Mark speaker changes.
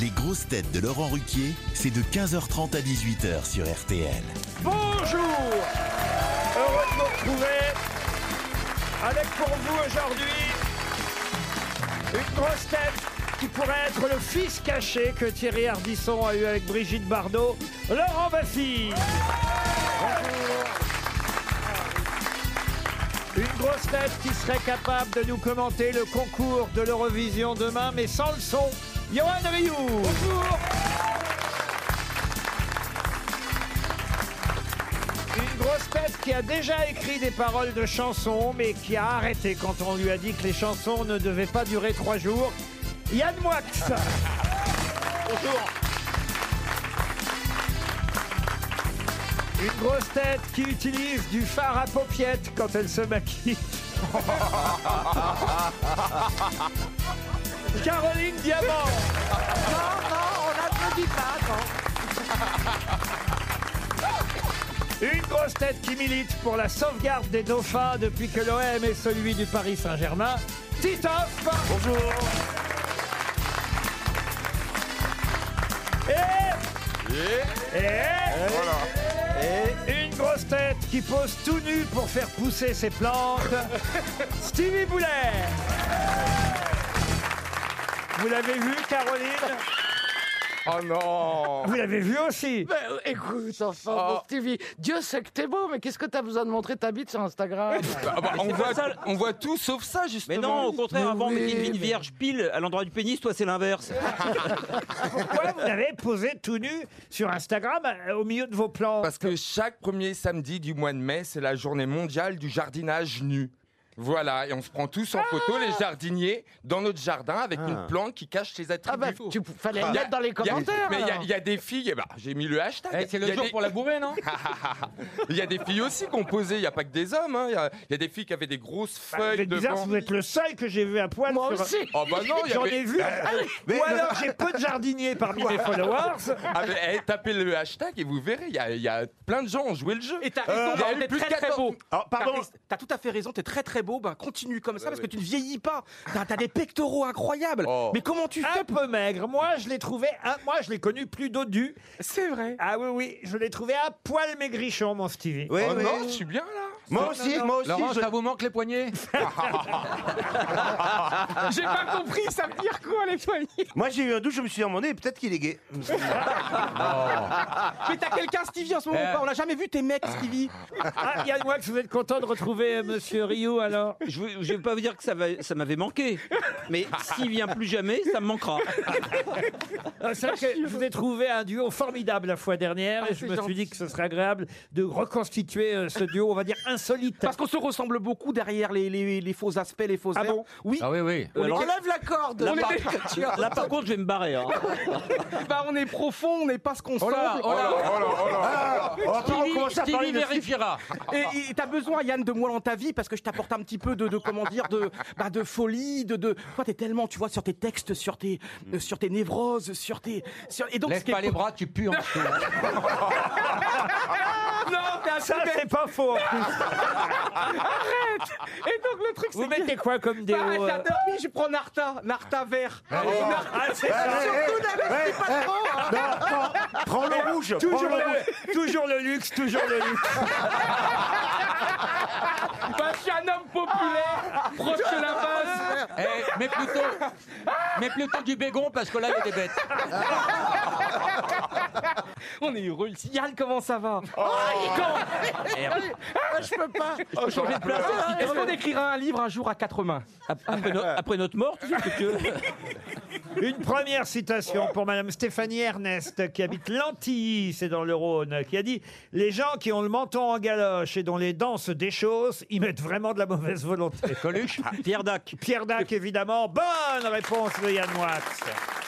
Speaker 1: Les grosses têtes de Laurent Ruquier, c'est de 15h30 à 18h sur RTL.
Speaker 2: Bonjour Heureux de vous retrouver avec pour vous aujourd'hui une grosse tête qui pourrait être le fils caché que Thierry Ardisson a eu avec Brigitte Bardot, Laurent Baffy Une grosse tête qui serait capable de nous commenter le concours de l'Eurovision demain, mais sans le son, Johan Rioux Bonjour Une grosse tête qui a déjà écrit des paroles de chansons, mais qui a arrêté quand on lui a dit que les chansons ne devaient pas durer trois jours. Yann Moix Bonjour Une grosse tête qui utilise du fard à paupiètes quand elle se maquille. Caroline Diamant
Speaker 3: Non, non, on n'applaudit pas, non.
Speaker 2: Une grosse tête qui milite pour la sauvegarde des dauphins depuis que l'OM est celui du Paris Saint-Germain. Titoff Bonjour Et, et, et une grosse tête qui pose tout nu pour faire pousser ses plantes. Stevie Boulet Vous l'avez vu, Caroline
Speaker 4: Oh non
Speaker 2: Vous l'avez vu aussi
Speaker 3: Mais, euh, écoute, enfin,
Speaker 4: Oh.
Speaker 3: mon Stevie, Dieu sait que t'es beau, mais qu'est-ce que t'as besoin de montrer ta bite sur Instagram
Speaker 4: Bah, bah, on, voit, on voit tout sauf ça,
Speaker 5: Mais
Speaker 4: justement.
Speaker 5: non, au contraire,
Speaker 3: Mais
Speaker 5: avant, on
Speaker 3: oui,
Speaker 5: mettait une, une
Speaker 3: mais-
Speaker 5: vierge pile à l'endroit du pénis, toi, c'est l'inverse.
Speaker 2: Pourquoi vous l'avez posé tout nu sur Instagram euh, au milieu de vos plantes
Speaker 4: Parce que chaque premier samedi du mois de mai, c'est la journée mondiale du jardinage nu. Voilà, et on se prend tous en photo, les jardiniers, dans notre jardin, avec une plante qui cache ses
Speaker 3: Ah bah,
Speaker 4: attributs.
Speaker 3: tu fallait le
Speaker 4: Il y a-
Speaker 3: mettre dans les
Speaker 4: il y a-
Speaker 3: commentaires.
Speaker 4: mais il y a-
Speaker 3: alors.
Speaker 4: il y, a des filles, eh ben, j'ai mis le hashtag.
Speaker 6: c'est
Speaker 4: Il y
Speaker 6: le
Speaker 4: a
Speaker 6: jour
Speaker 4: des-
Speaker 6: pour la bourrée, non
Speaker 4: Il y a des filles aussi qui ont posé, il n'y a pas que des hommes. hein. Il y a- il y, a des filles qui avaient des grosses
Speaker 2: Bah,
Speaker 4: feuilles
Speaker 2: vous êtes
Speaker 4: de
Speaker 2: bizarre,
Speaker 4: bambou.
Speaker 2: vous êtes le seul que j'ai vu à poil.
Speaker 3: Moi
Speaker 2: sur- Ah
Speaker 3: aussi.
Speaker 4: Oh bah non, il y
Speaker 2: J'en
Speaker 4: avait-
Speaker 2: ai vu. Ah Ou alors j'ai peu de jardiniers parmi mes followers.
Speaker 4: Ah, mais, eh, tapez le hashtag et vous verrez, il y a, il y a plein de gens ont joué le jeu.
Speaker 6: Et t'as
Speaker 4: Euh,
Speaker 6: raison,
Speaker 4: il y a
Speaker 6: Laurent,
Speaker 4: eu
Speaker 6: t'es
Speaker 4: plus de
Speaker 6: très très
Speaker 4: 14
Speaker 6: beau.
Speaker 1: Ah, pardon.
Speaker 6: T'as- T'as tout à fait raison, t'es très très beau. Ben continue comme ça parce
Speaker 4: ouais.
Speaker 6: que tu ne vieillis pas. T'as t'as des pectoraux incroyables.
Speaker 4: Oh.
Speaker 6: Mais comment tu fais
Speaker 2: Un peu maigre. Moi, je l'ai trouvé. un- Moi, je l'ai connu plus dodu.
Speaker 6: C'est vrai.
Speaker 2: Ah oui, oui, je l'ai trouvé à poil maigrichon, mon Stevie.
Speaker 7: Oui,
Speaker 4: Oh
Speaker 7: Eh oui.
Speaker 4: non, je suis bien là.
Speaker 7: Moi aussi, moi aussi.
Speaker 6: Laurent,
Speaker 7: je-
Speaker 6: ça vous manque les poignets Ah, J'ai pas compris, ça veut dire quoi les poignets
Speaker 7: Moi, j'ai eu un doute, je me suis demandé, peut-être qu'il est gay.
Speaker 6: Mais t'as quelqu'un Stevie en ce moment ou pas On n'a jamais vu tes mecs Stevie.
Speaker 2: Ah, Yann Wax, vous êtes content de retrouver euh, Monsieur Rio alors
Speaker 5: Je veux- je vais pas vous dire que ça, va- ça m'avait manqué, mais s'il vient plus jamais, ça me manquera.
Speaker 2: Ah, C'est vrai que je vous ai trouvé un duo formidable la fois dernière et je
Speaker 6: Ah, c'est
Speaker 2: me suis
Speaker 6: gentil.
Speaker 2: dit que ce serait agréable de reconstituer euh, ce duo, on va dire insolite.
Speaker 6: Parce qu'on se ressemble beaucoup derrière les, les, les faux aspects, les faux
Speaker 2: Ah
Speaker 6: airs.
Speaker 2: bon
Speaker 6: Oui.
Speaker 8: Ah oui, oui.
Speaker 6: On
Speaker 5: Alors-
Speaker 6: Enlève la corde.
Speaker 5: Là,
Speaker 6: On
Speaker 5: par-
Speaker 6: était-
Speaker 5: Là, par contre, je vais me barrer. hein.
Speaker 6: Bah, on est profond, on n'est pas ce qu'on semble.
Speaker 4: Oh là, oh là, oh là.
Speaker 8: Stevie, Stevie vérifiera.
Speaker 6: Et et t'as besoin, Yann, de moi dans ta vie parce que je t'apporte un petit peu de, de comment dire, de, bah, de folie, de, de. Toi, t'es tellement, tu vois, sur tes textes, sur tes, euh, sur tes névroses, sur tes, sur. Et donc,
Speaker 8: Lève
Speaker 6: ce qui est-
Speaker 8: pas les bras, tu pues en dessous. hein.
Speaker 6: Ah Non, t'es un
Speaker 2: Ça,
Speaker 6: peu bête.
Speaker 2: Ah, c'est pas faux. en plus.
Speaker 6: Et donc, le truc,
Speaker 2: Vous
Speaker 6: c'est
Speaker 2: mettez
Speaker 6: que-
Speaker 2: quoi comme déo
Speaker 6: Bah,
Speaker 2: euh
Speaker 6: j'adore, oui, je prends Narta, Narta vert.
Speaker 2: Ah, c'est ça.
Speaker 6: Surtout, n'investis pas trop. hein.
Speaker 7: Prends le rouge. prends
Speaker 2: Toujours
Speaker 7: le rouge.
Speaker 2: le, toujours le luxe, toujours le luxe.
Speaker 6: Bah, je suis un homme populaire, proche de la base.
Speaker 8: Eh, mais plutôt, mais plutôt du bégon parce que là il y a des bêtes.
Speaker 6: On est heureux ici. Yann, comment ça va Quand Oh, Ah, Je peux pas.
Speaker 5: Changer de place.
Speaker 6: Est-ce qu'on écrira un livre un jour à quatre mains
Speaker 5: Après, no- après notre mort, tu sais ce que tu veux.
Speaker 2: Une première citation pour Madame Stéphanie Ernest, qui habite Lantilly, c'est dans le Rhône, qui a dit Les gens qui ont le menton en galoche et dont les dents se déchaussent, ils mettent vraiment de la mauvaise volonté.
Speaker 6: Ah.
Speaker 8: Coluche
Speaker 5: Pierre Dac.
Speaker 2: Pierre Dac, évidemment. Bonne réponse de Yann Moix.